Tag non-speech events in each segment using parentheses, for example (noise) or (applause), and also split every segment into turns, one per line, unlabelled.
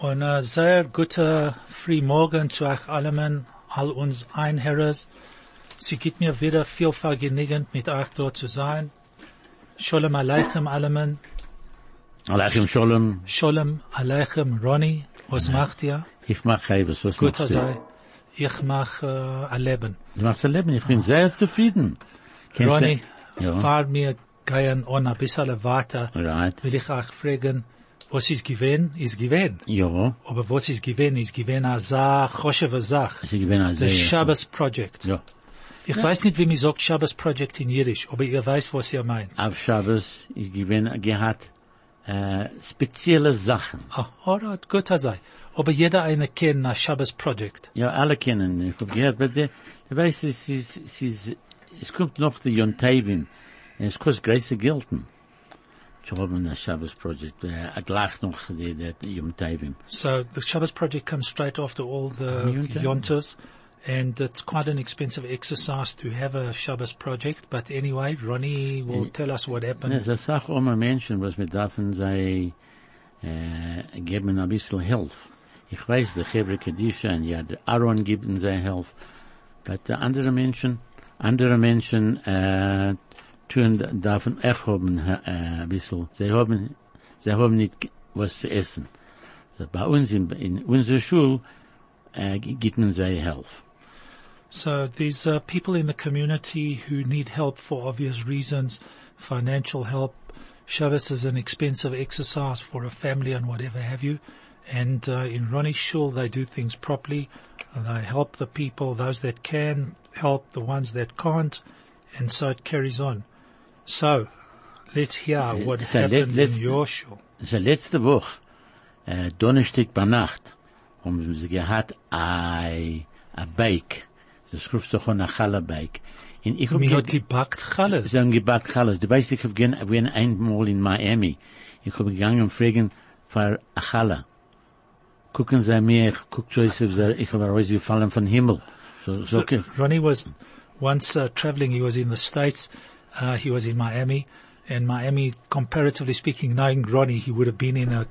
Und äh, sehr guter Frühmorgen zu euch allen, all uns Einherres. Sie gibt mir wieder viel Vergnügen, mit euch dort zu sein. Shalom Aleichem allen.
Aleichem Shalom.
Shalom Aleichem Ronny. Was macht ihr?
Ich mach Chaibes. Was
Guter
machst du?
sei. Ich mach äh, ein Leben.
Du machst ein Leben. Ich bin sehr zufrieden. Kennst du-
Ronny,
Ja.
fahr mir gehen on ein bisschen weiter.
Right.
Will ich euch fragen, was ist gewesen, ist gewesen.
Ja.
Aber was ist gewesen, ist gewesen eine sehr choshewe Sache.
Ich bin ein
The
sehr...
Shabbos Project.
Ja.
Ich weiß nicht, wie man sagt Shabbos Project in Jiddisch, aber ihr weißt, was ihr meint.
Auf Shabbos, ich gewinn, gehad, äh, spezielle Sachen.
Ah, alright, gut, das sei. Aber jeder eine kennt ein Shabbos Project.
Ja, alle kennen. Ich hab gehört, aber der, der weiß, es ist, es ist, es kommt noch die Jontevin. Es kostet große Gelden. Ich hab ein Shabbos Project, äh, gleich noch die, die Jontevin.
So the Shabbos Project comes straight after all the
Yontif.
Yontas. And it's quite an expensive exercise to have a Shabbos project, but anyway, Ronnie will tell us what
Ja,
happened.
ze sag oma um Menschen, was mit dafen sei, äh, geben ein bisschen Hilfe. Ich weiß, der Hebra Kedisha und ja, der Aaron gibt ihnen seine Hilfe. But the andere Menschen, andere Menschen, äh, tun, dafen echt haben, äh, ein bisschen. Sie haben, sie haben nicht ge- was zu essen. So, bei uns in, in unserer Schule, äh, gi- gibt ihnen seine Hilfe.
So there's uh, people in the community who need help for obvious reasons, financial help. Shabbos is an expensive exercise for a family and whatever have you. And uh, in Ronnie Shul, they do things properly. And they help the people, those that can help, the ones that can't, and so it carries on. So let's hear what
so let's-
happened
let's-
in your shul.
Das war letzte Woche, äh, Donnerstag bei Nacht, haben sie gehabt, ein, ein Bake. Das ruft sich auch ein Chalabake. Und ich hab
Mir hat
gehört,
gebackt alles.
sie haben gebackt Chalas. Du weißt, ich hab gehen, wir waren einmal in Miami. Ich hab gegangen und fragen, für ein Chala. Gucken sie mir, ich guck zu euch, ich hab rausgefallen von Himmel. So, so, okay.
(laughs) Ronnie was once uh, traveling. He was in the States. Uh, he was in Miami. And Miami, comparatively speaking, knowing Ronnie, he would have been in a,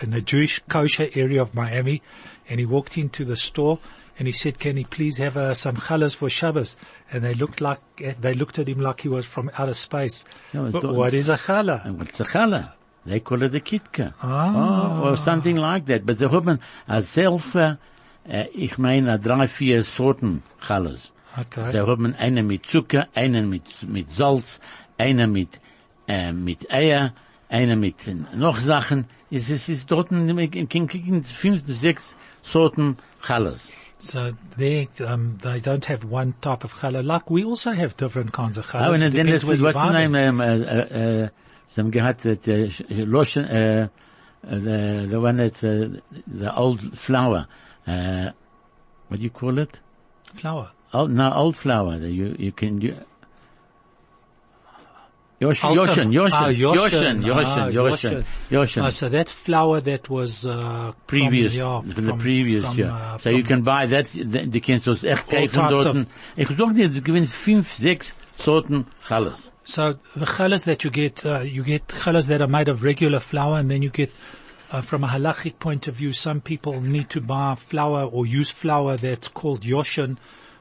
in a Jewish kosher area of Miami. And he walked into the store and he said, can he please have uh, some challahs for Shabbos? And they looked like, eh, they looked at him like he was from outer space.
No, it's
but
not-
what is a challah?
Well, it's a challah. They call it a kitka.
Ah.
Oh, or something like that. But they haben a self, uh, ich meine, a drei, vier Sorten Challahs.
Okay.
Sie haben einen mit Zucker, einen mit, mit Salz, einen mit, äh, mit Eier, einen mit äh, noch Sachen. Es ist, es ist dort, in, in, in fünf, sechs Sorten Challahs.
so they, um, they don't have one type of challah. Like we also have different kinds of
Ah,
challahs.
und
It
dann
depends
ist,
where you
what's the
buy them.
name, ähm, äh, äh, äh, sie haben gehabt, äh, äh, Lotion, äh, äh, the, the one that, äh, the old flower, äh, what do you call it?
Flour.
Old, no, old flower, that you, you can, you, Yoshin,
Alter-
Yoshin,
Ah,
Yoshin,
Yoshin.
Yoshin,
Ah,
Yoshin, Yoshin,
Uh,
Yoshin,
so that flour that was uh,
previous,
from, yeah,
from the previous
from,
year.
uh,
So you
from-
can buy that, the- die kannst du es echt
All
kaufen
types
dort. Ich sag dir, du gewinnst fünf, sechs Sorten Challes.
So the challahs that you get, uh, you get challahs that are made of regular flour, and then you get, uh, from a halachic point of view, some people need to buy flour or use flour that's called yoshin,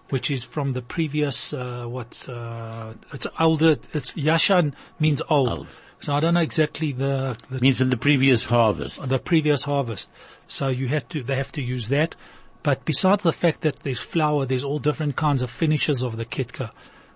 which is from the previous uh, what? Uh, it's older. It's yashan means old.
Old.
So I don't know exactly the, the
means from the previous harvest.
the previous harvest. So you have to, they have to use that. But besides the fact that there's flour, there's all different kinds of finishes of the kitka.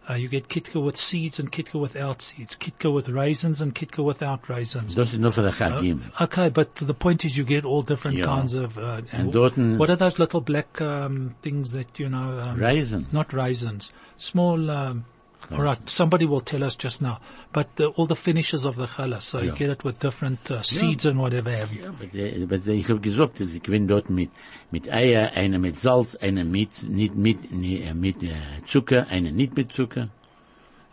Uh, you get kitka with seeds and kitka without seeds, kitka with raisins and kitka without raisins.
Das ist nur für die Chagim.
Okay, but the point is you get all different
Yeah.
kinds of, uh,
And dorten-
what are those little black, um, things that, you know, um,
Raisins.
not raisins, small, um, all right, somebody will tell us just now, but the, all the finishes of the challah, so you
Yeah.
get it with different uh, seeds and whatever have you.
But, äh, but ich habe gesagt, dass ich bin dort mit, mit Eier, einer mit Salz, einer mit, nicht mit, nie- äh, mit äh, Zucker, einer nicht mit Zucker,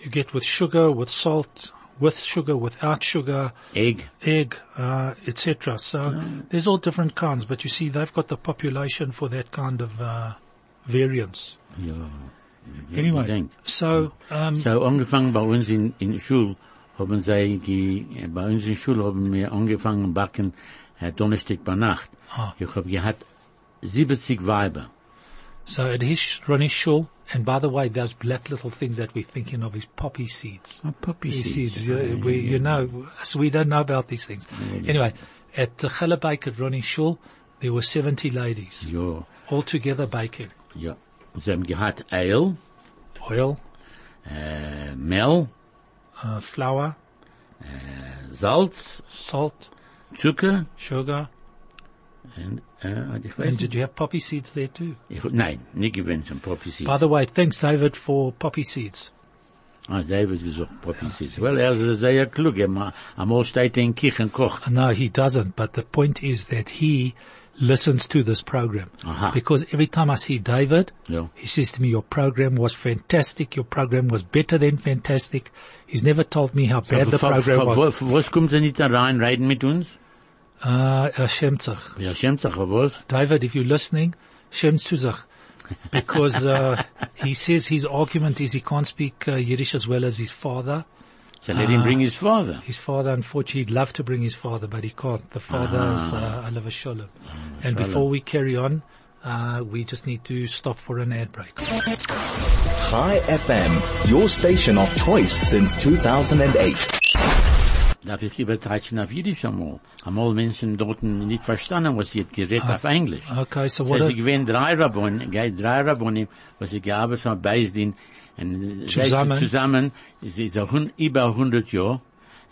you get with sugar, with salt, with sugar, without sugar,
Egg.
egg, uh, etc. So there's all different kinds, but you see they've got the population for that kind of uh, variance.
Ja.
Anyway,
think.
so um,
So angefangen bei uns in, in der Schule, haben sie, ge, äh, bei uns in der Schule haben wir angefangen backen, hat Donnerstag bei Nacht.
Ah.
Ich hab gehabt 70 Weiber.
So at his Ronish shul, and by the way, those black little things that we're thinking of is poppy seeds.
Ah, poppy
Poppy
seeds.
seeds. yeah, we, you know, so we don't know about these things. Anyway, at the challah bake at Ronish shul, there were 70 ladies
Jo,
all together baking.
ja. Sie haben gehabt Ale,
Oil,
äh, Mehl,
uh, flour,
Salz,
salt,
Zucker
sugar.
und äh, ich
And
weiß nicht.
did you have poppy seeds there too?
Ich, nein, nicht gewinnt von Poppy Seeds.
By the way, thanks David for poppy seeds.
Ah, David gesagt Poppy Seeds. Well, er ist sehr klug. Er ma- Einmal steht er in Kichen kocht.
Uh, No, he doesn't. But the point is that he listens to this program
Aha.
because every time I see David,
Ja.
he says to me, "Your program was fantastic. Your program was better than fantastic." He's never told me how bad the
Fa-
program
fa-
was.
wo- Was kommt er nicht da rein, reden mit uns?
Uh, uh, Shemtzach.
Ja, schämt sich, aber was?
David, if you're listening, Shemtzach. Because (laughs) uh, he says his argument is he can't speak uh, Yiddish as well as his father.
So let him bring er his father.
His father, unfortunately, he'd love to bring his father, but he can't. The father's uh, Oliver Sholem. And before we carry on, uh, we just need to stop for an ad break.
Hi FM, your station of choice since 2008.
Darf ich übertreiben auf Jiddisch einmal? Einmal Menschen dort nicht verstanden, was sie gerät auf Englisch.
Okay, so
So
what?
sie
A,
gewinnen drei Rabbon, gehen drei Rabbonim, was sie gearbeitet haben, Beisdin, und
Zusammen.
sie zusammen, sie ist auch hun- über 100 Jahre,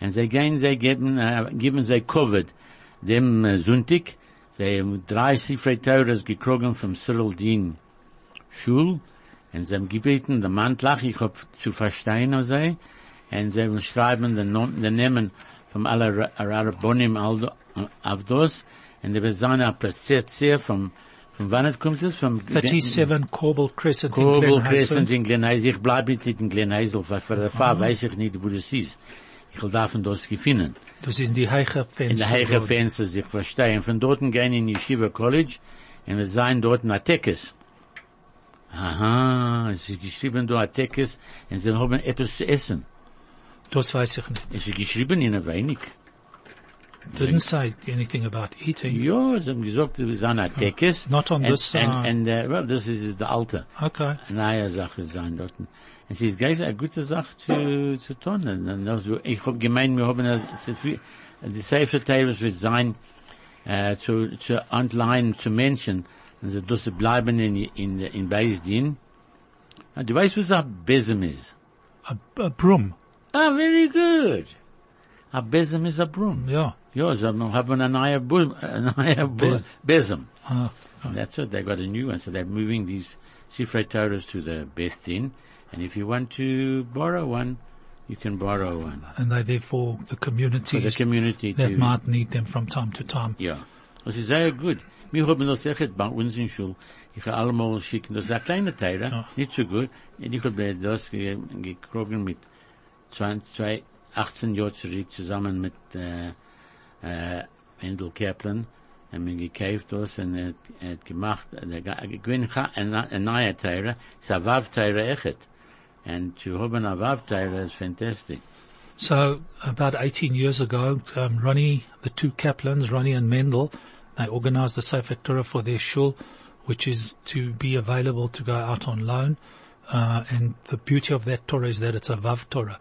und sie gehen, sie geben, äh, geben sie Covid, dem äh, Sonntag, sie haben 30 Freiteures gekrogen vom Cyril Dean Schul, und sie haben gebeten, der Mantlach, ich hab zu verstehen, was sie, und sie haben schreiben, den, Nom- den Namen von aller Ra- Rabbonim, all do- auf das, äh, und die Besana Prozesse vom, von wann es kommt es? Vom Oh,
37 Corbel Crescent in
Korbel
Glen
Crescent
Hassens.
in Glen Heisel. Ich bleib nicht in Glen Heisel, weil für der Fahr weiß ich nicht, wo das ist. Ich will davon das gefunden.
Das ist in die Heiche Fenster.
In der Heiche Fenster sich verstehen. Von dort gehen in Yeshiva College und wir seien dort in Atekes. Aha, es ist geschrieben dort Atekes und sie haben etwas zu essen.
Das weiß ich nicht.
Es ist geschrieben in ein wenig.
Didn't say anything about eating.
Ja, sie haben gesagt, wir seien Atekes.
Not on this
And,
side.
and, and uh, well, das ist der Alte.
Okay.
neue Sache sein dort. Es ist geist eine gute Sache zu, zu tun. Und also, Ich hab gemeint, wir haben das zu viel, die Safe Tables wird sein, äh, zu, zu online zu Menschen. Also, dass sie bleiben in, in, in Beisdien. Ah, Du weißt, was ein Besem ist.
A, a broom.
Ah, very good. Ein Besem ist ein Brumm.
Yeah.
Ja, so haben wir eine neue, Bu eine neue Bu
Bes-
Besem.
Ah,
That's what they got a new one. So they're moving these Sifrei Torahs to the best in. And if you want to borrow one, you can borrow one
and they therefore the
for the
communities
community
that
to.
might need them from time to time.
Ja. Das ist sehr gut. Wir haben das echt bei uns in Schul. Ich habe allemal schicken, das ist eine kleine Teile,
Ja.
nicht so gut. Und ich habe das ge- gekrogen mit 20, zwei- 18 Jahren zurück zusammen mit äh, äh, Endel Kaplan. Und mir gekauft das und er hat- er hat gemacht, äh, der Ge- ich bin ha- ein ein neuer Teile, es ist ein Wav-Teile echt. Und zu haben ein Wav-Teile ist fantastisch.
So about 18 years ago, um, Ronnie, the two Kaplans, Ronnie and Mendel, they organized the Sefer Torah for their shul, which is to be available to go out on loan. Uh, and the beauty of that Torah is that it's a Vav Torah.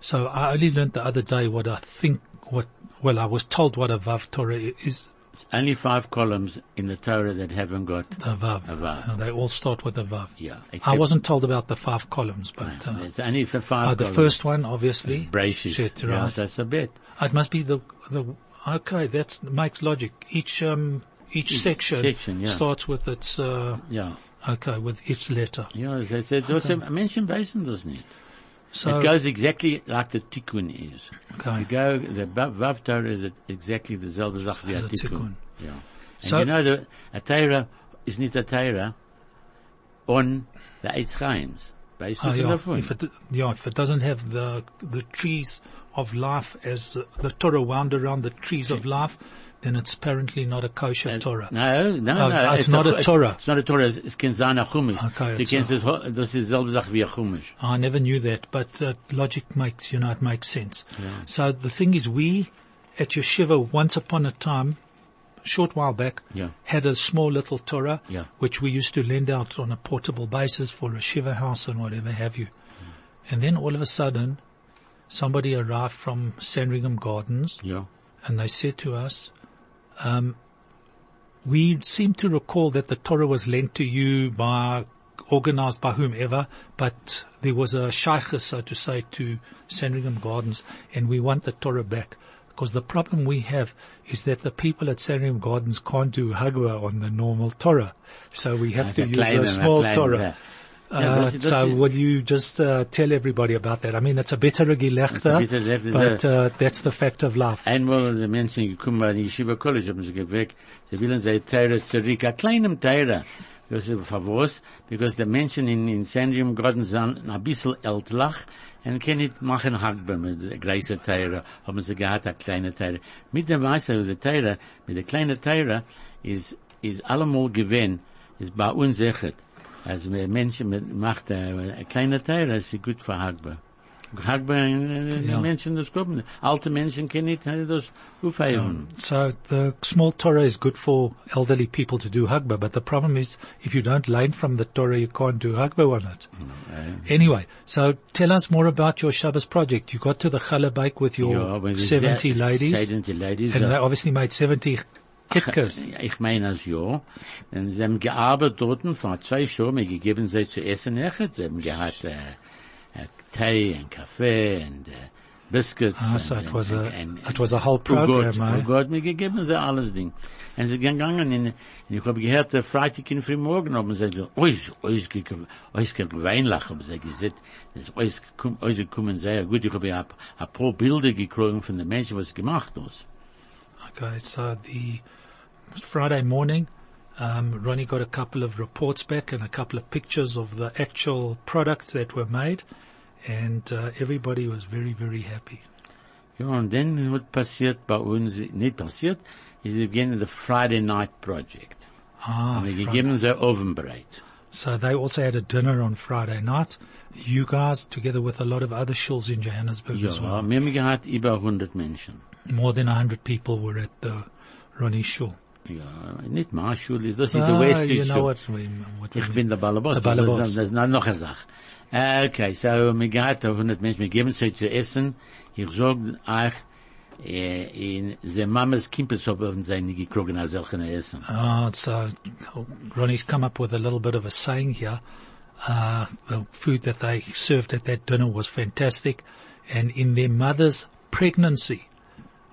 So I only learned the other day what I think, what, well, I was told what a Vav Torah i- is,
It's only five columns in the Torah that haven't got
the Vav.
A vav.
Uh, they all start with a Vav.
Yeah,
I
except-
wasn't told about the five columns, but, uh,
It's only for
uh,
five
the
dollars.
first one, obviously.
braces.
Shit,
Yeah,
right.
that's a bit.
It must be the the okay. That makes logic. Each um each section,
section, yeah.
starts with its uh
Yeah.
okay with its letter.
Yeah, that's it. Those mention basin doesn't it?
So
it goes exactly like the tikkun is.
Okay.
You go, the Ba- vav Torah is exactly the selbe Sache wie a
As a
tikkun.
Tikkun.
Yeah. And
So-
you know, the, a Torah is not a Torah on the Eitz Chaim's. Based
Ah,
on
yeah,
the phone.
if it yeah if it doesn't have the the trees of life as uh, the Torah wound around the trees of life, then it's apparently not a kosher Torah.
No, no,
Oh,
no.
it's not a
it's-
Torah.
It's not a Torah. It's Kenzana Chumash.
Okay,
You
it's
can
a-
say, ho- das ist selbe Sache wie a Chumash.
I never knew that, but uh, logic makes, you know, it makes sense. So the thing is, we at Yeshiva once upon a time short while back,
Yeah.
had a small little Torah,
Yeah.
which we used to lend out on a portable basis for a shiva house and whatever have you. And then all of a sudden, somebody arrived from Sandringham Gardens
Yeah.
and they said to us, um, we seem to recall that the Torah was lent to you by, organized by whomever, but there was a shaykh, so to say, to Sandringham Gardens, and we want the Torah back. Because the problem we have is that the people at Sandringham Gardens can't do hagwa on the normal Torah. So we have to
Like
use
a kleiner,
a small
kleiner.
Torah.
Yeah,
Uh,
but it-
so
it-
will you just uh, tell everybody about that? I mean, it's a better
It's a better
regilecta,
Regilecta.
but uh, that's the fact of life.
Einmal die Menschen gekommen bei der Yeshiva College, haben sie gefragt, sie wollen sie Teire zurück, a kleinem Teire. Das ist verwusst, because the Menschen in, in Sandrium Garden sind ein bisschen ältlach und können nicht machen Hackbe mit der gleichen Teire, haben sie gehabt, a kleine Teire. Mit der Weiße, der Teire, mit der kleinen Teire, ist, ist allemal gewinn, ist bei uns sicher. Also, wenn Menschen mit, macht, äh, a kleine Teire, ist gut für Hackbe. Hackbe, äh,
Ja.
Menschen das kommen. Alte Menschen können nicht äh, das aufhören.
So the small Torah is good for elderly people to do Hagbah, but the problem is if you don't learn from the Torah, you can't do Hagbah on it. Anyway, so tell us more about your Shabbos project. You got to the Chalabike with your
Ja, aber die
70
sehr-
ladies,
70 Ladies. uh,
and they
ja.
obviously made 70 kitkers.
(laughs) Ja, Ich meine das ja. Und sie haben gearbeitet dort und vor zwei Stunden mir gegeben sie zu essen. echt. Sie haben gehabt äh, äh, Tee und Kaffee und äh, Biscuits.
Ah, so
und- äh,
it was
und-
a-
und-
it was a whole
Oh
program,
Gott,
eh?
oh Gott, mir gegeben sie alles Ding. Und sie sind gegangen in, und ich habe gehört, äh, Freitag in Frühmorgen haben sie gesagt, ois, ois, gek- ois, geweinlach, haben sie gesagt, das ist ois, gekommen- ois, gekommen sehr gut. Ich habe ja ein paar Bilder gekriegt von den Menschen, was gemacht haben.
Okay, so the Friday morning, um, Ronnie got a couple of reports back and a couple of pictures of the actual products that were made, and uh, everybody was very, very happy.
Ja, und dann hat passiert bei uns, nicht passiert, ist wir gehen in the Friday Night Project.
Ah,
Wir
Friday.
gegeben sie Ofenbreit.
So they also had a dinner on Friday night. You guys, together with a lot of other shuls in Johannesburg
Ja,
as well,
wir haben gehabt über 100 Menschen.
more than 100 people were at the Ronnie Shul.
Ja, nicht meine Schule, das ist die
Ah,
West
you know
Schule.
what we, what we
Ich
mean.
bin der Ballerboss.
Der Ballerboss.
Das ist- Das ist noch eine Sache. Äh, Okay, so, wir gehabt auf 100 Menschen, wir geben sie zu essen. Ich sag euch, äh, in der Mamas Kimpes haben sie nicht gekriegt, als solche Essen.
Ah, so Ronnie's come up with a little bit of a saying here. Uh, the food that they served at that dinner was fantastic. And in their mother's pregnancy,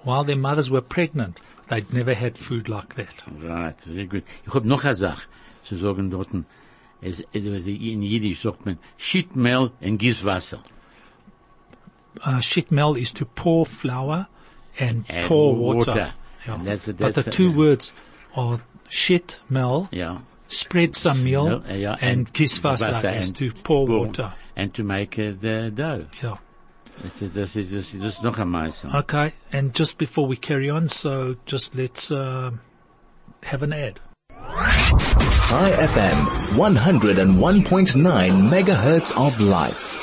while their mothers were pregnant, they'd never had food like that.
Right, very good. Ich hab noch eine Sache zu sagen dort. Es, es, was in Jiddisch sagt man, shit Mehl und gieß Wasser.
Uh, shitmel is to pour flour and,
And
pour water.
water.
Yeah.
And that's-
but
that's-
the two
uh,
words are shitmel,
Ja.
spread some meal,
Ja, ja,
and
Wasser
kisvasa is
and
to pour
boom.
water.
And to make uh, the dough.
Yeah.
Das ist, das ist, das ist, das ist noch einmal so.
Okay, and just before we carry on, so just let's uh, have an ad.
High FM 101.9 megahertz of life.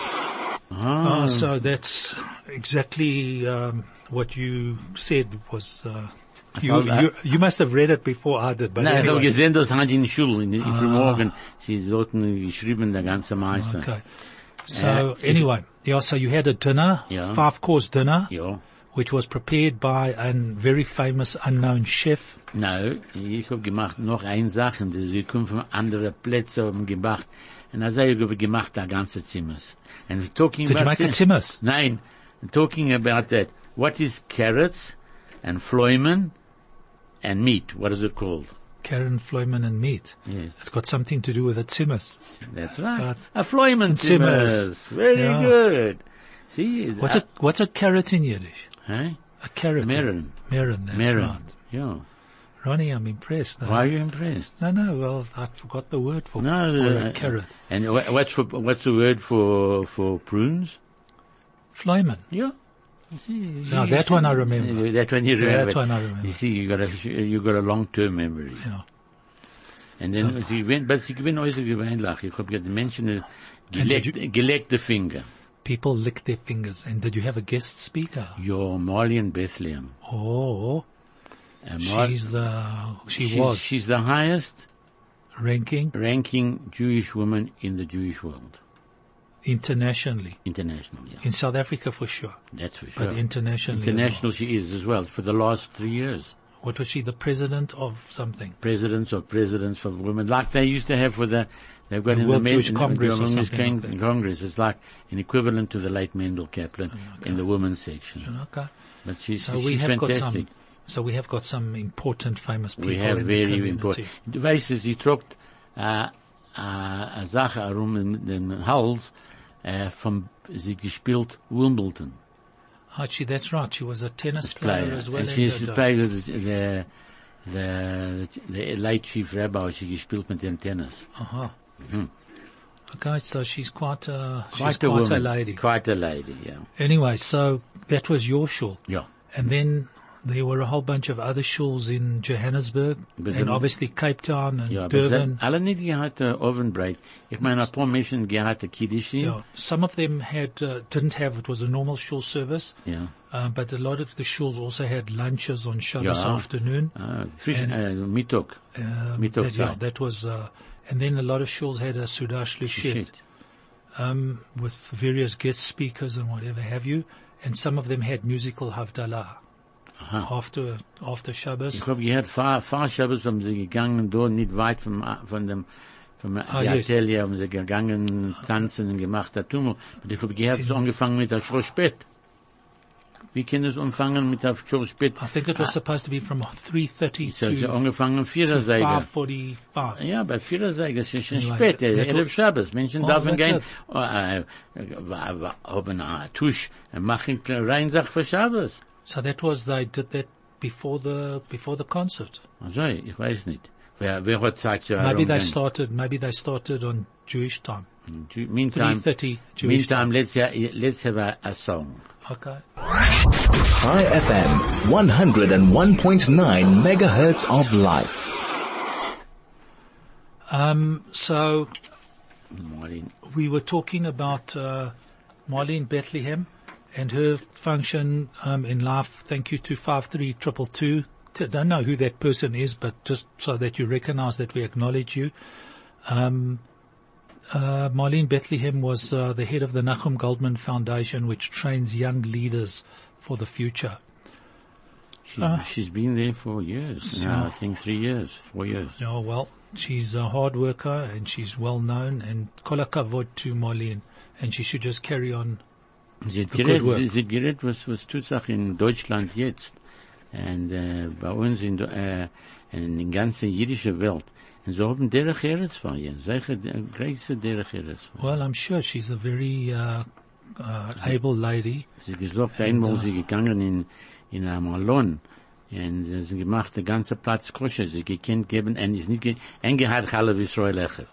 Hmm.
Uh, so that's exactly um, what you said was. Uh, you,
thought that-
you you must have read it before I did, but
Nein, ich habe
anyway.
gesehen, das hat in Schule, in, in
Ah.
Frühmorgen. Sie ist dort geschrieben, der ganze Meister.
okay. So
Uh, it-
anyway, yeah. So you had a dinner,
Yeah.
five course dinner,
Ja.
which was prepared by a very famous unknown chef.
No, ich hab gemacht noch ein Sachen, die sie kommen von anderen Plätzen haben gemacht. Und also ich habe gemacht das ganze Zimmers. And we're talking
Did you
about
make the
Zim-
Zimmers?
Nein, I'm talking about that. What is carrots and Fleumen and meat? What is it called?
Karen Floyman and meat.
Yes.
It's got something to do with the Zimmers.
That's right.
That-
A Fleumen
Zimmers.
Zimmers. Very
Yeah.
good. See, uh,
What's a what's a carrot in Yiddish?
Hey?
A carrot.
Meron.
Meron. That's
Meron.
right.
Yeah.
Ronnie, I'm impressed. though.
Why are you impressed?
No, no, well, I forgot the word for,
No,
for a
uh,
carrot.
And wha- what's for, what's the word for, for prunes?
Flyman.
Yeah. You see,
Now, that one I remember.
That one you remember.
that one I remember.
You see, you got a you got a long term memory.
Yeah.
And then sie gewinnt, but sie gewinnt äußerst gewöhnlich. Ich hab gesagt, die Menschen äh,
did
geleckte, geleckte Finger.
People lick their fingers. And did you have a guest speaker?
Ja, Mali in Bethlehem.
Oh,
Amar,
She's the, she
she's-
was
She's the highest
ranking
ranking Jewish woman in the Jewish world,
internationally.
internationally.
In South Africa for sure,
That's for sure.
but internationally. as well.
International she is as well for the last three years.
What was she, the president of something?
Presidents or presidents for women, like they used to have for the, they've got
The
in
World
the
Jewish
in
Congress or
the Women's
something like
Cong-
that.
Congress. It's like an equivalent to the late Mendel Kaplan in the women's section.
Okay.
But she's,
Oh, So
she's
we have
fantastic.
got some, so we have got some important famous people
We
in
have
the
very
community.
important. Du weißt, es, sie trägt äh, äh, eine Sache herum in den Hals äh, vom, sie gespielt Wimbledon.
Actually, that's right. She was a tennis player,
Player.
as well.
And
in
she used
the-
to play with the, the, the late chief rabbi, she gespielt mit dem Tennis.
Uh-huh. Okay, so she's quite a, she's
Mm-hmm. Quite a
quite a
woman.
lady.
Quite a lady, yeah.
Anyway, so that was your shul.
Yeah.
And then there were a whole bunch of other shuls in Johannesburg
But
and
the-
obviously Cape Town and
Ja, aber
Durban.
sie- alle nicht gehad der Ovenbreak. Ich meine, ein paar Menschen gehad der Kiddishi.
Yeah. Some of them had, uh, didn't have, it was a normal shul service.
Ja.
Uh, but a lot of the shuls also had lunches on Shabbos
Yeah.
afternoon. Um,
Ah, frisch, äh, Mittag.
That, yeah,
Mittagzeit.
that was, uh, and then a lot of shuls had a Sudash Lishit
Shit.
with various guest speakers and whatever have you. And some of them had musical Havdalah
Uh-huh.
after, after Shabbos.
Ich hab gehört, Fahr, Fahrschabbos haben sie gegangen, dort nicht weit vom, äh, von dem, vom ah,
yes.
Atelier haben sie gegangen, tanzen und gemacht, der Tummel. Und ich hab gehört, es ist angefangen mit der Schorspät. Wie können es anfangen mit der Schorspät?
I think it
Uh,
was supposed to be from 3.30
So, sie
to
angefangen Viererseige.
5.45.
Ja, aber Viererseige ist schon
Anyway,
spät,
that- that-
elf Schabbos. Menschen
Oh, that's
dürfen gehen,
it.
äh, äh, äh, haben einen Tusch, äh, machen kleine Reinsach für Schabbos.
So that was, they did that before the, before the concert.
Also, ich weiß nicht. Wer, wer hat Zeit zu
Maybe they
herumgehen?
started, maybe they started on Jewish time.
Meantime,
3.30 Jewish time.
Meantime, let's have, let's have a, a song.
Okay.
High FM 101.9 megahertz of life.
So
Maureen.
we were talking about uh, Marlene Bethlehem and her function um, in life. Thank you to 53222. T- Don't know who that person is, but just so that you recognize that we acknowledge you. Um, uh, Marlene Bethlehem was uh, the head of the Nachum Goldman Foundation, which trains young leaders for the future.
She's,
Ah.
she's been there for years now, I think three years, four years.
Oh well, she's a hard worker and she's well known and kola kavod to Marlene and she should just carry on.
Sie hat
Good
gerät,
work.
sie, sie hat gerät, was, was tut sich in Deutschland jetzt. Und, äh, bei uns in, der- äh, in der ganzen jüdischen Welt. Und sie haben derech Eretz von ihr. Sicher, der größte derech Eretz von
Well, I'm sure she's a very uh, uh, able lady.
Sie hat gesagt, einmal sie gegangen in, in einem Malon. Und äh, sie gemacht den ganzen Platz Kusche. Sie gekannt geben, und ist nicht, eingehört, Chalav Israel Echet.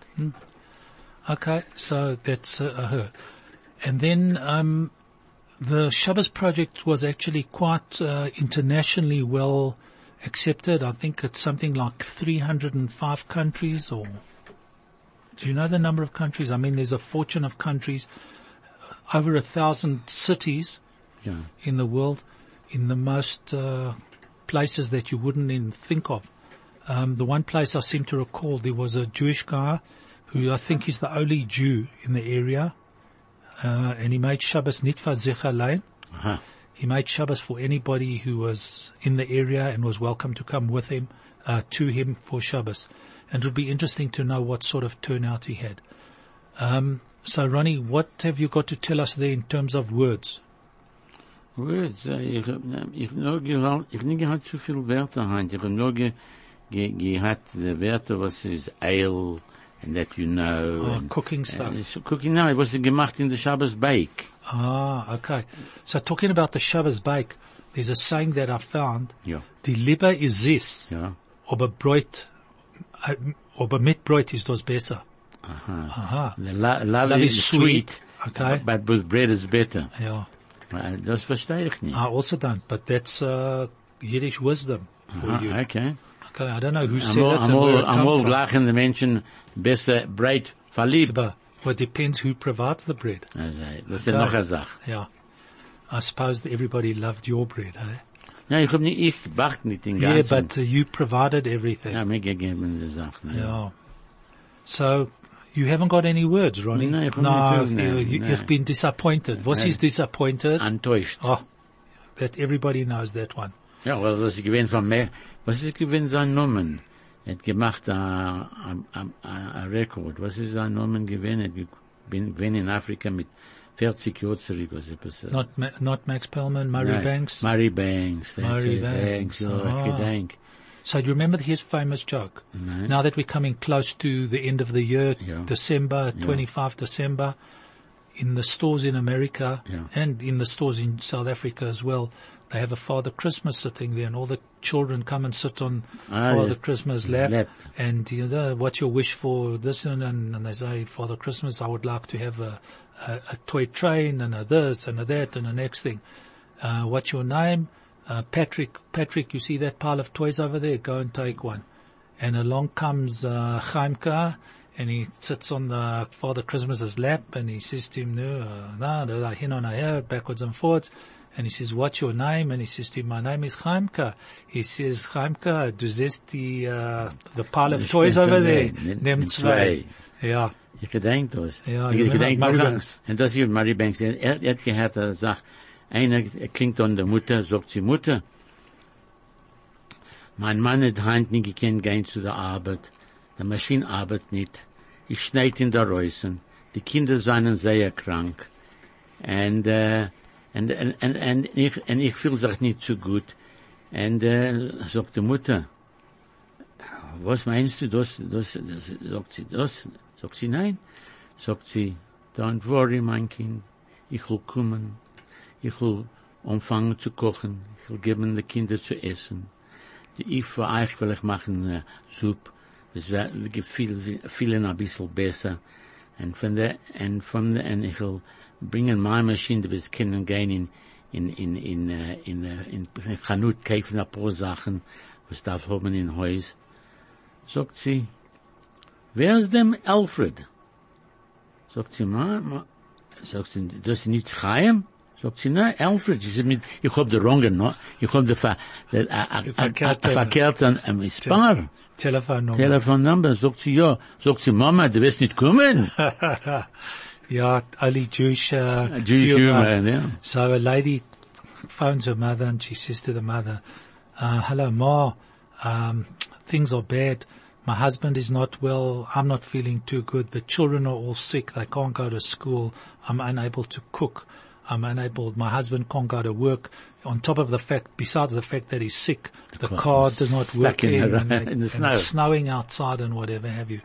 Okay, so that's uh, her. And then um, the Shabbos project was actually quite uh, internationally well accepted. I think it's something like 305 countries or do you know the number of countries? I mean, there's a fortune of countries, over a thousand cities
Ja.
in the world, in the most uh, places that you wouldn't even think of. Um, the one place I seem to recall, there was a Jewish guy who I think is the only Jew in the area, uh, and he made Shabbos Nitva Zecha Lein.
Aha.
He made Shabbos for anybody who was in the area and was welcome to come with him, uh, to him for Shabbos. And it would be interesting to know what sort of turnout he had. Um, so Ronnie, what have you got to tell us there in terms of words?
Gut, so, ich hab ich hab nur gehört, ich hab nicht gehabt zu viel Werte hand, ich hab nur ge, ge, gehabt die Werte, was ist ale, and that you know.
Oh,
and,
cooking stuff.
and so cooking now, was gemacht in the Shabbos Bake.
Ah, okay. So talking about the Shabbos bake, there's a saying that I found.
Ja,
Die Liebe is this,
ja.
aber Bräut, äh, aber mit Bräut ist das besser. Uh-huh. Aha. Aha.
The la, love,
Love
is,
is
sweet,
sweet, okay.
but with bread is better.
Ja.
Äh, Das verstehe ich nicht.
I also don't, but that's, uh, Yiddish wisdom for oh, you.
Aha, Ah, okay.
Okay, I don't know who said
Amol,
it and where
amol,
it come
amol
from.
lachen die Menschen besser breit verliebt.
But, well, it depends who provides the bread.
Also, das ist noch eine Sache.
Yeah. I suppose that everybody loved your bread, eh?
Ja, ich hab nicht, ich bacht nicht den
Yeah,
ganzen.
but uh, you provided everything.
Ja, mir gegeben die Sachen.
Yeah. So you haven't got any words, Ronnie.
No, ich hab
no,
nicht
you,
irgendeine,
you,
no. Uh,
you've been disappointed. Was is disappointed?
Enttäuscht.
Oh, that everybody knows that one.
Ja, was das gewinnt von mir, was ist gewinnt sein Nomen? Er hat gemacht äh, a, a, a, a, a äh, Rekord. Was ist sein Nomen gewinnt? Er hat bin, bin in Afrika mit 40 Jahren zurück, was ist passiert.
Not Ma- not Max Pellman, Murray
Nein,
Banks.
Murray Banks. that's
Murray
it,
Banks,
so
ah.
ich gedenk.
So do you remember his famous joke? Now that we're coming close to the end of the year,
Yeah.
December, 25 December, in the stores in America
Yeah.
and in the stores in South Africa as well, they have a Father Christmas sitting there and all the children come and sit on
Ah,
Father
yes.
Christmas lap,
Lap.
and you know, what's your wish for this and, and, and they say, Father Christmas, I would like to have a, a, a toy train and a this and a that and the next thing uh, what's your name? Uh, Patrick, Patrick, you see that pile of toys over there? Go and take one. And along comes, uh, Chaimka and he sits on the Father Christmas's lap and he says to him, no, uh, no, no, no, here, no, no, here, backwards and forwards. And he says, what's your name? And he says to him, my name is Chaimka. He says, Chaimka, du siehst die, uh, the pile of
Ich
toys
bin
over
schon
there.
weg. Nimm-
Nimm
nimm
zwei.
zwei.
Ja.
Ich gedenk das.
Ja,
ich
you
gedenk
remember Murray
noch an-
Banks.
Und das hier, Murray Banks, er, er er hat gehört, er sagt, einer klingt an der Mutter, sagt sie, Mutter, mein Mann hat heint nicht gekannt, gehen zu der Arbeit, der Maschine arbeitet nicht, ich schneid in der Reusen, die Kinder seien sehr krank, and uh, and and and and ich and ich fühl sich nicht so gut and uh, sagt die Mutter was meinst du das das, das sagt sie das sagt sie nein sagt sie don't worry mein Kind ich will kommen ich will anfangen zu kochen ich will geben den Kindern zu essen die ich für euch will ich machen äh, Suppe es wird gefiel vielen ein bisschen besser and from the and from the and he'll bring in my machine to his kin and gain in in in in uh, in uh, in Hanut kaufen a paar Sachen was darf haben in Haus sagt sie wer ist dem Alfred sagt sie ma, ma sagt sie das ist nicht Chaim sagt sie nein Alfred sie mit ich hab der wrong no ich hab der ver der a- a- a- a-
verkehrte-
a- verkehrten am Spar
Telefon number.
Telefonnummer sagt sie ja sagt sie Mama du wirst nicht kommen
(laughs) Yeah, only Jewish, uh,
Jewish
humor.
humor, yeah.
So a lady phones her mother and she says to the mother, uh, hello, Ma, um, things are bad. My husband is not well. I'm not feeling too good. The children are all sick. They can't go to school. I'm unable to cook. I'm unable. My husband can't go to work. On top of the fact, besides the fact that he's sick, the car does not
stuck
work
in
in,
the-
and they-
in the
and
snow.
it's snowing outside and whatever have you.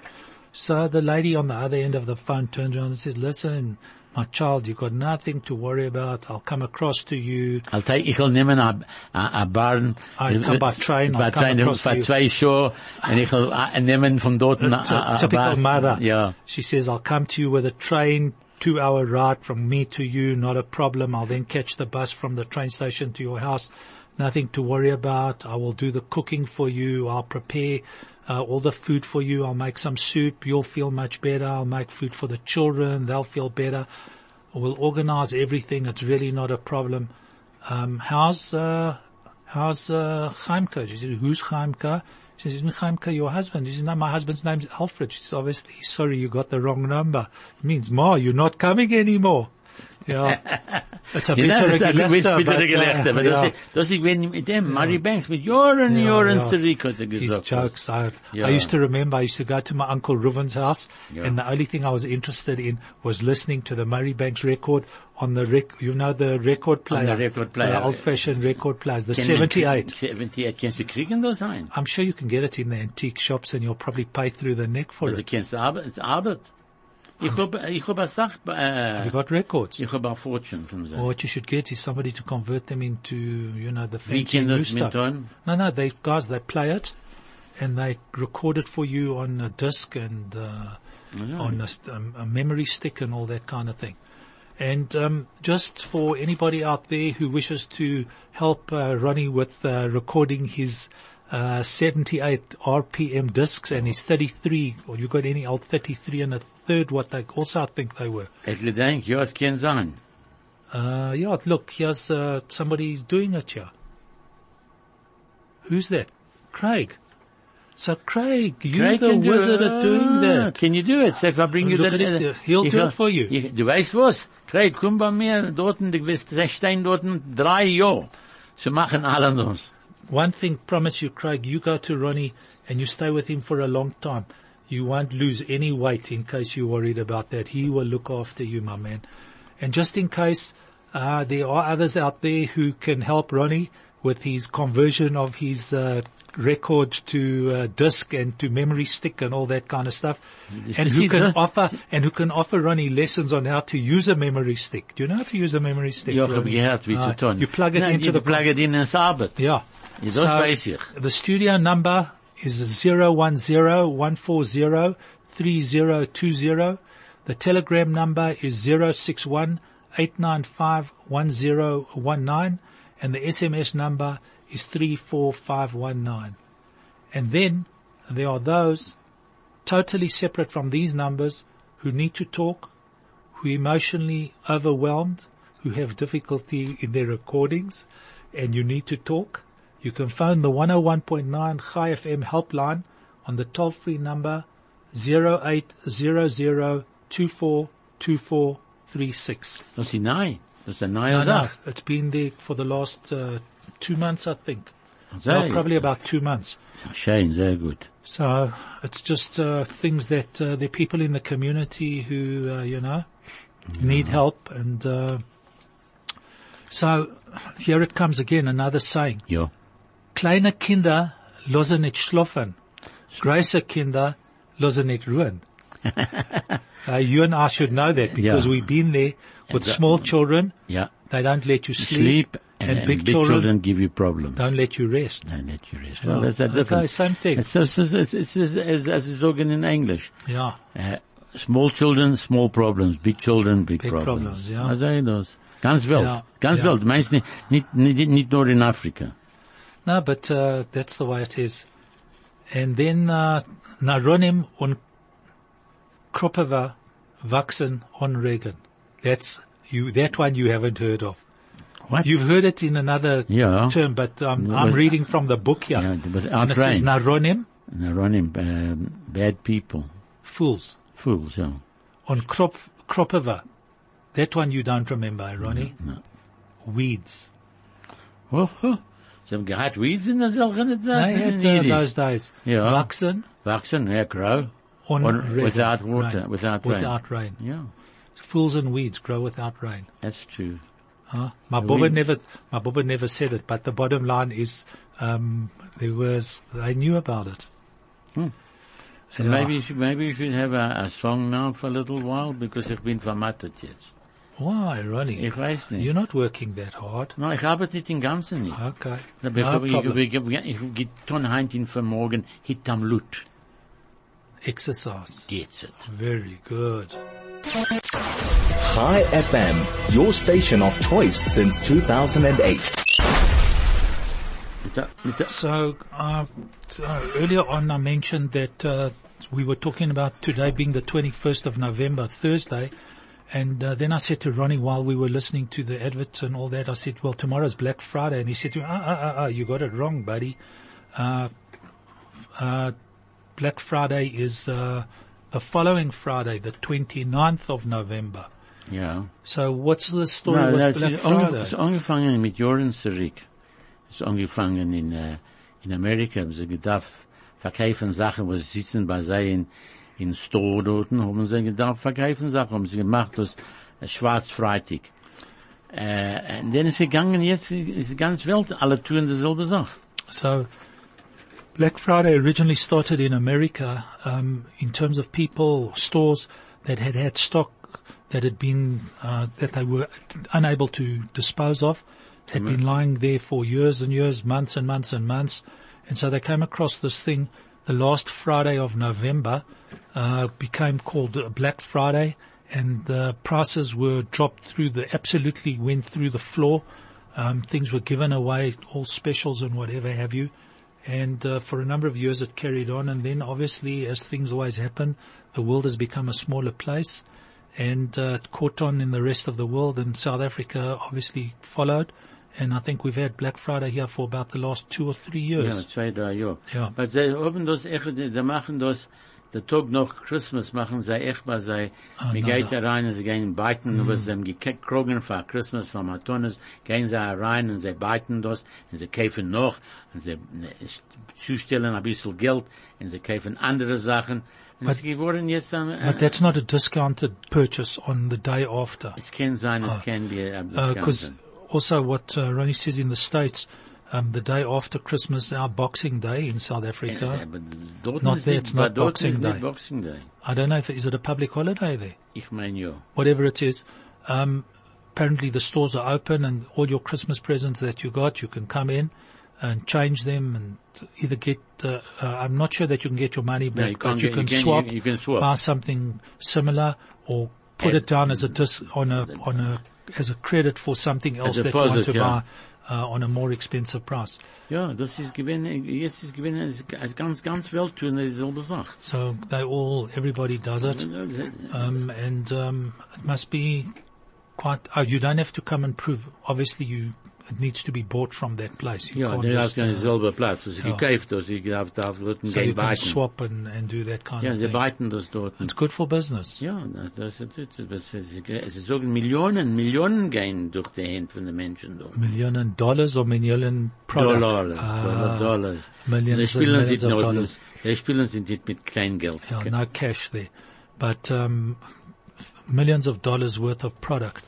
So the lady on the other end of the phone turned around and said, listen, my child, you've got nothing to worry about. I'll come across to you.
I'll take, ich will nehmen a, a, a barn.
I come by train, I'll
By
come
train,
across to
by
you.
zwei Show, and ich will a, nehmen von dort a,
Ty-
a, a
typical
bus.
mother.
Ja.
She says, I'll come to you with a train, two hour ride from me to you, not a problem. I'll then catch the bus from the train station to your house. Nothing to worry about. I will do the cooking for you. I'll prepare uh, all the food for you. I'll make some soup. You'll feel much better. I'll make food for the children. They'll feel better. We'll organize everything. It's really not a problem. Um, how's, uh, how's, uh, Chaimka? She said, who's Chaimka? She says, isn't Chaimka your husband? She says, no, my husband's name's Alfred. She says, obviously, sorry, you got the wrong number. It means, Ma, you're not coming anymore. Yeah. It's a
Ja,
bitter
das ist ein gewiss
Gelächter, but,
bittere
uh,
Gelächter, aber das
yeah.
ist, das ist wenn mit dem Murray Banks, mit Joren,
Ja,
Joren
ja.
zurück, hat er
These
gesagt.
jokes. I,
Yeah.
I used to remember I used to go to my uncle Reuven's house
Yeah.
and the only thing I was interested in was listening to the Murray Banks record on the rec, you know, the record player.
record player.
The old fashioned record players, the
Can-
78.
78, kannst du kriegen das ein?
I'm sure you can get it in the antique shops and you'll probably pay through the neck for
Du
it.
kannst Arbeit, es Arbeit. Ich hab, ich hab eine Sache,
You
äh,
got records.
ich hab eine Fortune von
Or
so.
what you should get is somebody to convert them into, you know, the fancy
can
new
this be
stuff.
done?
No, no, they guys they play it, and they record it for you on a disc and uh, on a, st- um, a memory stick and all that kind of thing. And um, just for anybody out there who wishes to help uh, Ronnie with uh, recording his uh, 78 RPM discs and his 33, or you got any old 33 and a third, what they also I think they were.
Ich gedenk, ja, es kann sein.
Uh, yeah, look, here's uh, somebody doing it here. Who's that? Craig. So Craig, you're
Craig
the
can do
wizard
it.
at doing
Ah,
that.
Can you do it? So if I bring you
Look
that,
at this,
uh,
he'll
if
do
I-
it for you.
you- Du weißt was? Craig, komm bei mir dort, du wirst stehen dort drei Jahre. Sie machen alle uns.
One thing, promise you, Craig, you go to Ronnie and you stay with him for a long time. You won't lose any weight in case you're worried about that. He will look after you, my man. And just in case, uh, there are others out there who can help Ronnie with his conversion of his, uh, record to uh, disk and to memory stick and all that kind of stuff and who
(laughs) see
can
the-
offer and who can offer Ronnie lessons on how to use a memory stick do you know how to use a memory stick
Ja, ich hab
Ronnie?
gehört, wie
Ah,
zu tun.
you plug it
Nein,
into
you
the
plug it in ins Arbeit.
yeah.
Ja, das weiß ich.
The studio number is 010-140-3020. The telegram number is 061-895-1019. And the SMS number is 34519. And then there are those totally separate from these numbers who need to talk, who are emotionally overwhelmed, who have difficulty in their recordings, and you need to talk, you can phone the 101.9 Chai FM helpline on the toll-free number 0800242436.
Das ist neu. Das ist eine neue
I know,
Sache.
it's been there for the last uh, two months, I think.
Sei.
No, probably about two months.
Schön, sehr gut.
So it's just uh, things that uh, the people in the community who uh, you know need help, and uh, so here it comes again, another saying:
Ja.
"Kleine Kinder lassen nicht schlafen, große Kinder lassen nicht
(laughs)
ruhen." uh, you and I should know that because
Yeah.
we've been there with
the-
small children.
Ja.
They don't let you sleep,
Sleep and, and big, children, give you problems.
don't let you rest.
Nein, nicht juristisch. Well,
Oh,
that's a
okay,
different.
same thing.
It's, it's, it's, it's, it's, it's, it's, as it's organ in English.
Yeah.
Uh, small children, small problems. Big children, big,
Big
problems.
problems, ja.
Also, hey, das. Ganz Welt.
Ja,
Ganz
ja.
Welt. Meinst nicht, nicht, nicht, nicht nur in Afrika.
No, but uh, that's the way it is. And then uh, Naronim und Kropova wachsen on Regen. That's you. That one you haven't heard of.
What?
You've heard it in another
Yeah.
term, but um,
No,
I'm
but-
reading from the book here.
Yeah, but
and it says
outrain.
Naronim,
Running, um, bad people.
fools,
Fools, yeah.
und Krop, Kropova. That one you don't remember, Ronnie.
No.
Weeds.
Oh, oh. Sie haben gehabt Weeds in der Sache nicht
They
in
had uh,
Yiddish.
those days.
Yeah.
Wachsen
Wachsen, ja, grau.
on,
On-
Regen.
without water,
Rain.
without rain.
Without rain.
Yeah,
Fools and weeds grow without rain.
that's true.
Huh? My Baba
mean-
never, my Baba never said it, but the bottom line is, um, there was, they knew about it.
So
Yeah.
maybe, you should, maybe you should have a, a song now for a little while because ich bin vermattet jetzt.
Why, Ronnie?
Ich weiß nicht.
You're not working that hard.
No, ich arbeite nicht im Ganzen nicht.
Okay.
Da
No
bekomme ich-
problem.
ich bekomme- ich getan heint in vermorgen hit am Lut.
Exercise.
Geht's jetzt.
Very good.
High FM, your station of choice since 2008.
Mit der- mit der-
So, uh, uh, earlier on I mentioned that, uh, we were talking about today being the 21st of November, Thursday. And uh, then I said to Ronnie while we were listening to the adverts and all that, I said, well, tomorrow's Black Friday. And he said to me, ah, ah, ah, ah, you got it wrong, buddy. Uh, Black Friday is uh, the following Friday, the 29th of November.
Ja.
So what's the story
No,
with
no, es
Black
ist ange-
Friday?
es ist angefangen mit Joren zurück. Es ist angefangen in, äh, in Amerika, Dus haben sie gedacht, verkaufen Sachen, wo sie sitzen bei sei in, in Store dort, haben sie gedacht, verkaufen Sachen, haben sie gemacht, das äh, Schwarzfreitag. Äh, und dann ist gegangen, jetzt ist die ganze Welt, alle tun dieselbe Sache.
So Black Friday originally started in America um, in terms of people, stores that had had stock that had been, uh, that they were unable to dispose of, had been lying there for years and years, months and months and months. And so they came across this thing the last Friday of November, uh, became called uh, Black Friday and the prices were dropped through the, absolutely went through the floor. Um, things were given away, all specials and whatever have you. And uh, for a number of years it carried on and then obviously as things always happen, the world has become a smaller place and uh, it caught on in the rest of the world and South Africa obviously followed And I think we've had Black Friday here for about the last two or three
Ja,
years.
zwei, drei Jahre.
Ja.
Weil sie haben das echt, sie machen das, der Tag nach Christmas machen sie echt, weil sie, mir
na,
geht
Ah, da. Mhm.
da rein und sie gehen beiten, und was sie haben gekrogen für Christmas, für Matones, gehen sie rein und sie beiten das, und sie kaufen noch, und sie äh, zustellen ein bisschen Geld, und sie kaufen andere Sachen. Und
But-
es geworden jetzt, äh,
But that's not a discounted purchase on the day after.
es kann sein,
Ah.
es kann die, äh, das kann
because
sein.
Uh, also what uh, Ronnie says in the States, um, the day after Christmas, our Boxing Day in South
Äh,
Africa.
aber dort
Not
ist
there,
nicht-
it's not
aber dort
Boxing
ist nicht
Day.
Boxing Day.
I don't know if is it a public holiday there.
Ich meine, ja.
Whatever it is, um, apparently the stores are open and all your Christmas presents that you got, you can come in and change them and either get. Uh, uh, I'm not sure that you can get your money back,
you
but
can't
you
get-
can,
you can-
swap,
you- you can swap.
buy something similar or put
As-
it down as a dis- on a on a as a credit for something else that you want
deposit,
to
yeah.
buy uh, on a more expensive price.
Ja, das ist gewinnen, jetzt ist gewinnen, als, als ganz, ganz Welt tun dieselbe Sache.
So they all, everybody does it. Um, and, um, it must be quite, oh, you don't have to come and prove, obviously you, it needs to be bought from that place. You
Ja,
can't
der hat
just,
ja
uh,
dieselbe Platz, das ist
ja.
gekauft, das ich darf, darf dort
so
gehen
you can
beiten.
swap and, and do that kind
Ja,
of
sie
thing.
beiten das dort.
It's good for business.
Ja, das ist, das ist, das ist, es ist sogar Millionen, Millionen gehen durch die Hände von den Menschen dort.
Million and dollars or million product?
Dollars,
Ah,
Dollar, Dollars.
millions
Die
and
Spieler
millions
sind
of
nicht,
dollars.
die Spieler sind nicht mit Kleingeld.
Yeah, no cash there. But, um, millions of dollars worth of product.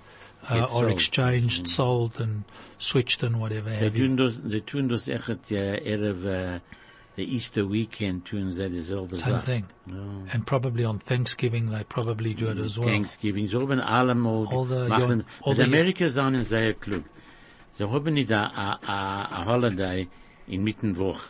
Uh,
Gets
are
sold. Mm.
exchanged, sold, and switched, and whatever
They
have you.
tun das, they tun das echt, äh, erev, äh, the Easter weekend tun sie dieselbe Sache.
Same thing. And probably on Thanksgiving, they probably do it
Mm.
as well.
Thanksgiving. Sie haben allemal
All the-
machen,
all
all
the-
Amerika sind sehr klug. Sie haben nicht a, a, a, a holiday in Mittenwoch.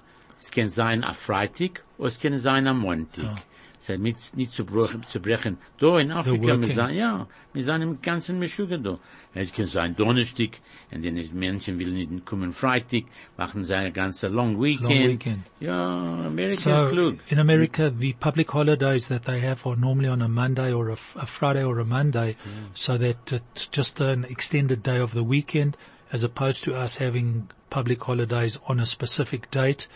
Es kann sein a Freitag, oder es kann sein am Montag. Sie mit, nicht zu brechen, zu brechen. Da in Afrika, wir
working.
sind, ja, wir sind im ganzen Mischuge da. Es kann sein Donnerstag, und dann die Menschen will nicht kommen Freitag, machen sie ein ganzes Long Weekend.
weekend.
Ja, Amerika ist
So
klug.
in America, the public holidays that they have are normally on a Monday or a, f- a Friday or a Monday, so that it's just an extended day of the weekend, as opposed to us having public holidays on a specific date,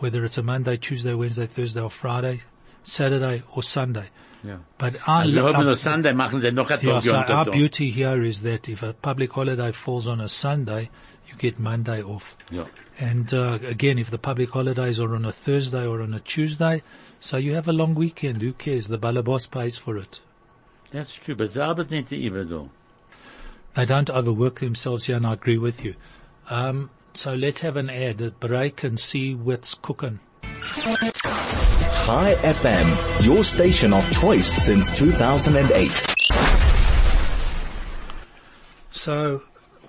whether it's a Monday, Tuesday, Wednesday, Thursday, or Friday, Saturday or Sunday.
Ja.
But I
Wir
lo-
haben
I-
noch Sunday, machen sie noch ein
Yeah,
Tag,
so
Yom Tov
our
da.
beauty here is that if a public holiday falls on a Sunday, you get Monday off.
Ja.
And uh, again, if the public holidays are on a Thursday or on a Tuesday, so you have a long weekend. Who cares? The balabas pays for it.
That's true, but sie arbeiten nicht immer da.
They don't overwork themselves here, and I agree with you. Um, so let's have an ad, a break, and see what's cooking.
Hi FM, your station of choice since 2008.
So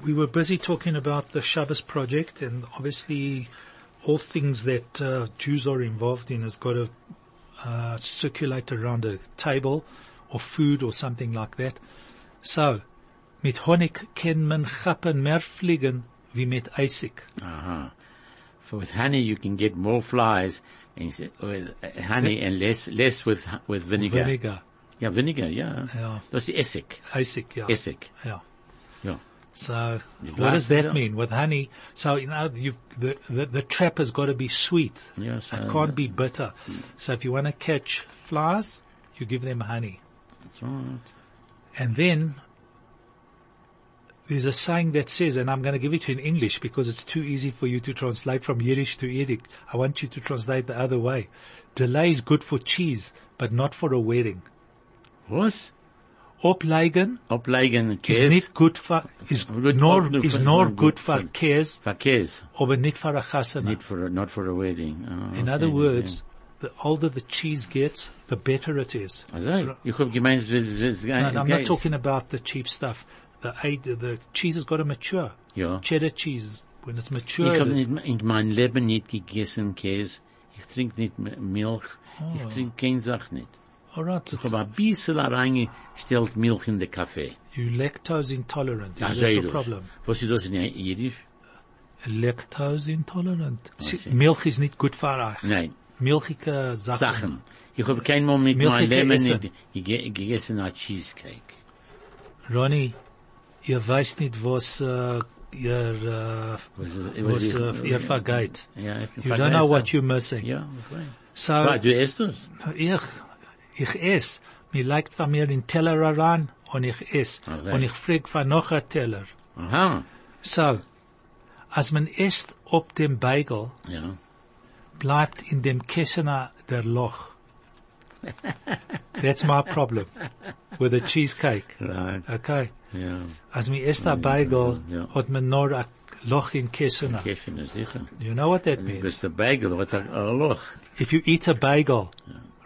we were busy talking about the Shabbos project and obviously all things that uh, Jews are involved in has got to uh, circulate around a table or food or something like that. So, mit Honig kann man Chappen mehr fliegen wie mit Eisig.
Aha. For with honey you can get more flies and with uh, honey and less less with with vinegar.
Vinegar.
Ja, vinegar, ja.
Ja.
Das ist Essig.
Eisig, yeah.
Essig.
Yeah.
Ja.
So, what
like
does
it?
that mean with honey? So, you know, you've, the, the, the trap has got to be sweet.
Yes,
It
I-
can't be bitter. So if you want to catch flies, you give them honey.
That's right.
And then there's a saying that says, and I'm going to give it to you in English because it's too easy for you to translate from Yiddish to Yiddish. I want you to translate the other way. Delay is good for cheese, but not for a wedding.
Was?
Opleigen
Ablegen
is
Käse.
nicht gut for, is
Good-
nor,
good
is
for-
nor
good
good
for-
for Käse,
For Käse.
aber nicht für a chasana.
Not for, a- not for a wedding. Oh,
In
okay,
other
yeah.
words, the older the cheese gets, the better it is.
Also, ich hab gemeint, es ist- es ist
And I'm
Käse.
not talking about the cheap stuff. The aid- the cheese has got to mature.
Ja.
Cheddar cheese, when it's mature,
Ich habe
it-
nicht in meinem Leben nicht gegessen Käse. Ich trinke nicht Mi- Milch. Ich
Oh.
trinke keine Sache nicht.
all right,
Ich
it's,
habe ein bisschen reingestellt Milch in den Kaffee.
you lactose intolerant.
Ja,
Is
sehe
that
ich
the
das.
problem?
Was ist das in Jiddisch?
Lactose intolerant. See,
see.
Milk is not good for us.
Nein,
Milchige Sachen.
Sachen. Ich habe kein Mal mit
Ah. Milch
meinem Leben
gegessen.
nicht gege- gegessen ein Cheesecake.
Ronnie, ihr weiß nicht, was äh, your, uh,
Was es-
was,
ich-
uh, your vergeht.
Ja, ich
You
vergesse.
don't know what Eh. you're missing.
Ja, ich weiß.
So,
Aber du isst es?
ich, ich ess. Mir leikt von mir den Teller heran und ich ess.
Also.
Und ich frag von noch a Teller.
Aha.
So, als man isst ob dem Beigel,
Ja.
bleibt in dem Kessener der Loch. That's my problem with the cheesecake.
Right.
Okay.
Ja.
Als mir isst a Beigel,
ja.
hat man nur a Loch in Kessener.
Kiffen ist sicher.
You know what that means?
Because the bagel with a a loch.
If you eat a bagel,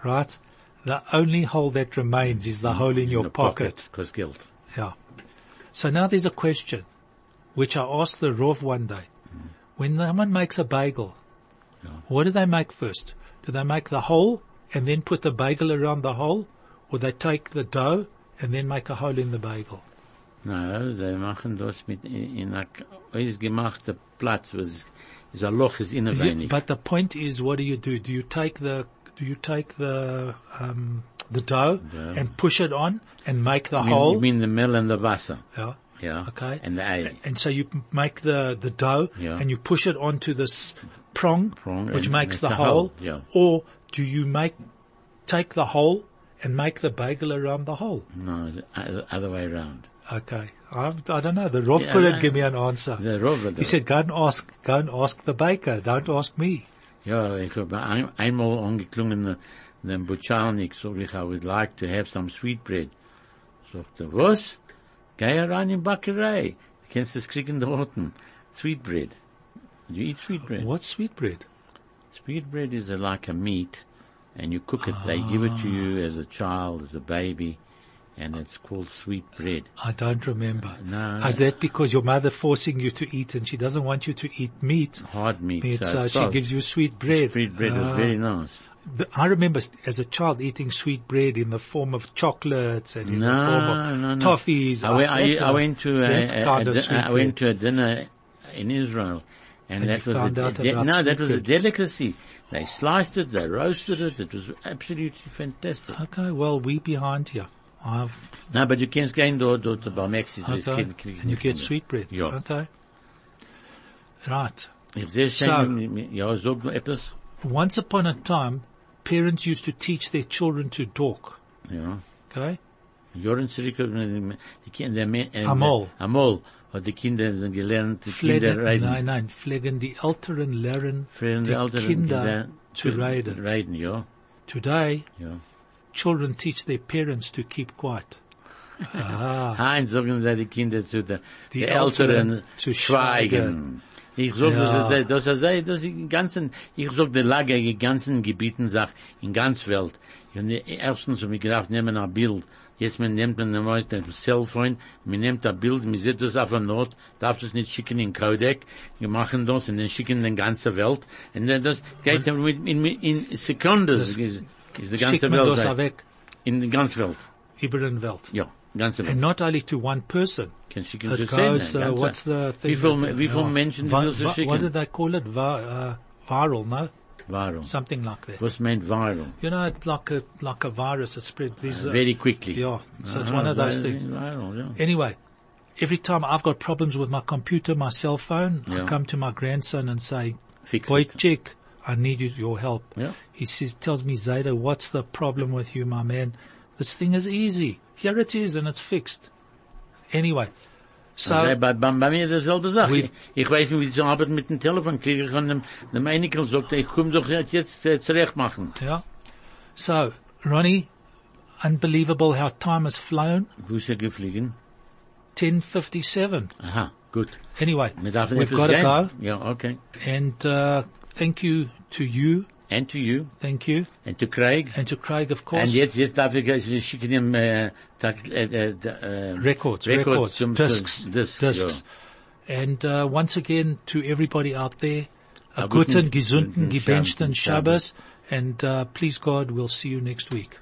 right, the only hole that remains is the hole in your
Mm, The
pocket.
Cause guilt.
Yeah. So now there's a question, which I asked the Rov one day. When someone makes a bagel, what do they make first? Do they make the hole and then put the bagel around the hole? Or they take the dough and then make a hole in the bagel?
No, they machen das mit in in a ausgemachte Platz, wo es is a loch is in a
You-
wenig.
but the point is, what do you do? Do you take the, do you take the, um, the dough
Dough.
and push it on and make the
You mean-
hole?
You mean the meal and the Wasser.
yeah.
Yeah.
Äh, Okay.
And the egg.
and so you m- make the the dough
Yeah.
and you push it onto this prong,
Prong
which
and-
makes the
and the
hole.
hole, yeah.
Or do you make take the hole and make the bagel around the hole?
No, the other- other way around.
Okay, I, I don't know. The Rob
Yeah,
couldn't
I-
give me an answer.
The rover
he said, "Go and ask, go and ask the baker. Don't ask me."
Ja, ich habe ein, einmal angeklungen äh, den Butchalnik, so ich, I would like to have some sweet bread. Sagt er, was? Geh rein in Bäckerei. Du kannst es kriegen dort. Sweet bread. You eat sweet bread.
What's sweetbread?
Sweet bread is a, like a meat and you cook it. They give it to
Ah.
you as a child, as a baby and it's called sweet bread.
I don't remember.
No.
Is that because your mother forcing you to eat and she doesn't want you to eat meat?
Hard meat.
meat so
it's
she
soft.
gives you sweet bread.
Sweet bread
Ah.
is very nice.
The, I remember s- as a child eating sweet bread in the form of chocolates and in the
No,
form of
no, no.
toffees.
I, went-
Ah,
I- e,
that's
I
a-
went to
that's
a, a, a
kind of
di-
sweet
I went to a dinner in Israel, and,
And
that
you
was a,
found out
de-
about
no, that
sweet
was a
bread.
delicacy. They sliced it, they roasted it. It was absolutely fantastic.
bread. Okay, well we behind you. I've
No, but you can't go in door door to Balmexis.
okay, and you get sweet bread.
Yeah.
Okay. Right.
If there's
So-
something, yeah, so etwas,
Once upon a time, parents used to teach their children to talk.
yeah.
Okay.
Joren zurückgekommen, die Kinder, äh,
Amol.
Amol, hat die Kinder sind gelernt, die Kinder
Pflegen,
reiten.
nein, nein, pflegen die Älteren lernen,
Für die
die
älteren
Kinder zu reiten.
Reiten, ja,
Today,
ja.
children teach their parents to keep quiet.
Nein, sagen sie die Kinder zu den
Die
die
Älteren
Älteren
zu schweigen.
schweigen. Ich sag,
Ja.
das ist, das ist, das ist in ganzen, ich sag, die Lage in ganzen Gebieten, sag, in ganz Welt. Und die- erstens, wir gedacht, nehmen ein Bild. Jetzt, man nimmt man einmal ein Cellphone, man nimmt ein Bild, man sieht das auf der Not, darf das nicht schicken in Codec, wir machen das und dann schicken in die ganze Welt. Und dann das geht dann mit, in, in Sekunden, ist, ist die ganze
Schickt man
Welt.
das
weg.
weg,
In die ganze Welt.
über den Welt.
Ja, ganze Welt.
And not only to one person.
Can she
It
can
goes, uh, what's the thing?
Wie viel,
that- eh,
wie viel
yeah.
Menschen
Vi-
will sie
vi- What do
schicken?
they call it? Vi- uh, viral, no?
Viral.
Something like that.
Was meant viral?
You know, it's like a, like a virus that spread these, uh,
Very quickly.
yeah, so it's
Ah,
one of those
viral,
things.
Viral, yeah.
Anyway, every time I've got problems with my computer, my cell phone, I
Yeah.
come to my grandson and say,
Fix it.
Wojciech, I need you- your help.
Yeah.
He says, tells me, Zeta, what's the problem with you, my man? This thing is easy. Here it is and it's fixed. Anyway,
Bei,
so
bei, bei bei mir dasselbe Sache.
We've-
Ich, ich weiß nicht, wie sie arbeiten mit dem Telefon. Kriege ich an dem, dem Einikel, sagt er, ich komm doch jetzt, jetzt äh, zurecht machen.
yeah. So Ronnie, unbelievable how time has flown.
Wo ist er geflogen?
10:57.
Aha, gut.
Anyway,
Wir dürfen
we've
etwas
got to
gehen.
go.
Ja, okay.
And uh, thank you to you,
And to you,
thank you,
and to Craig.
and to Craig, of course.
And jetzt, jetzt darf ich äh, schicken ihm, äh, tak, äh, äh, äh,
records, records,
Records, zum-
discs,
zum- Discs,
discs. And uh, once again, to everybody out there, a
A guten-
guten, gesunden,
guten
gebenchten
Shabbos.
Shabbos, and uh, please God, we'll see you next week.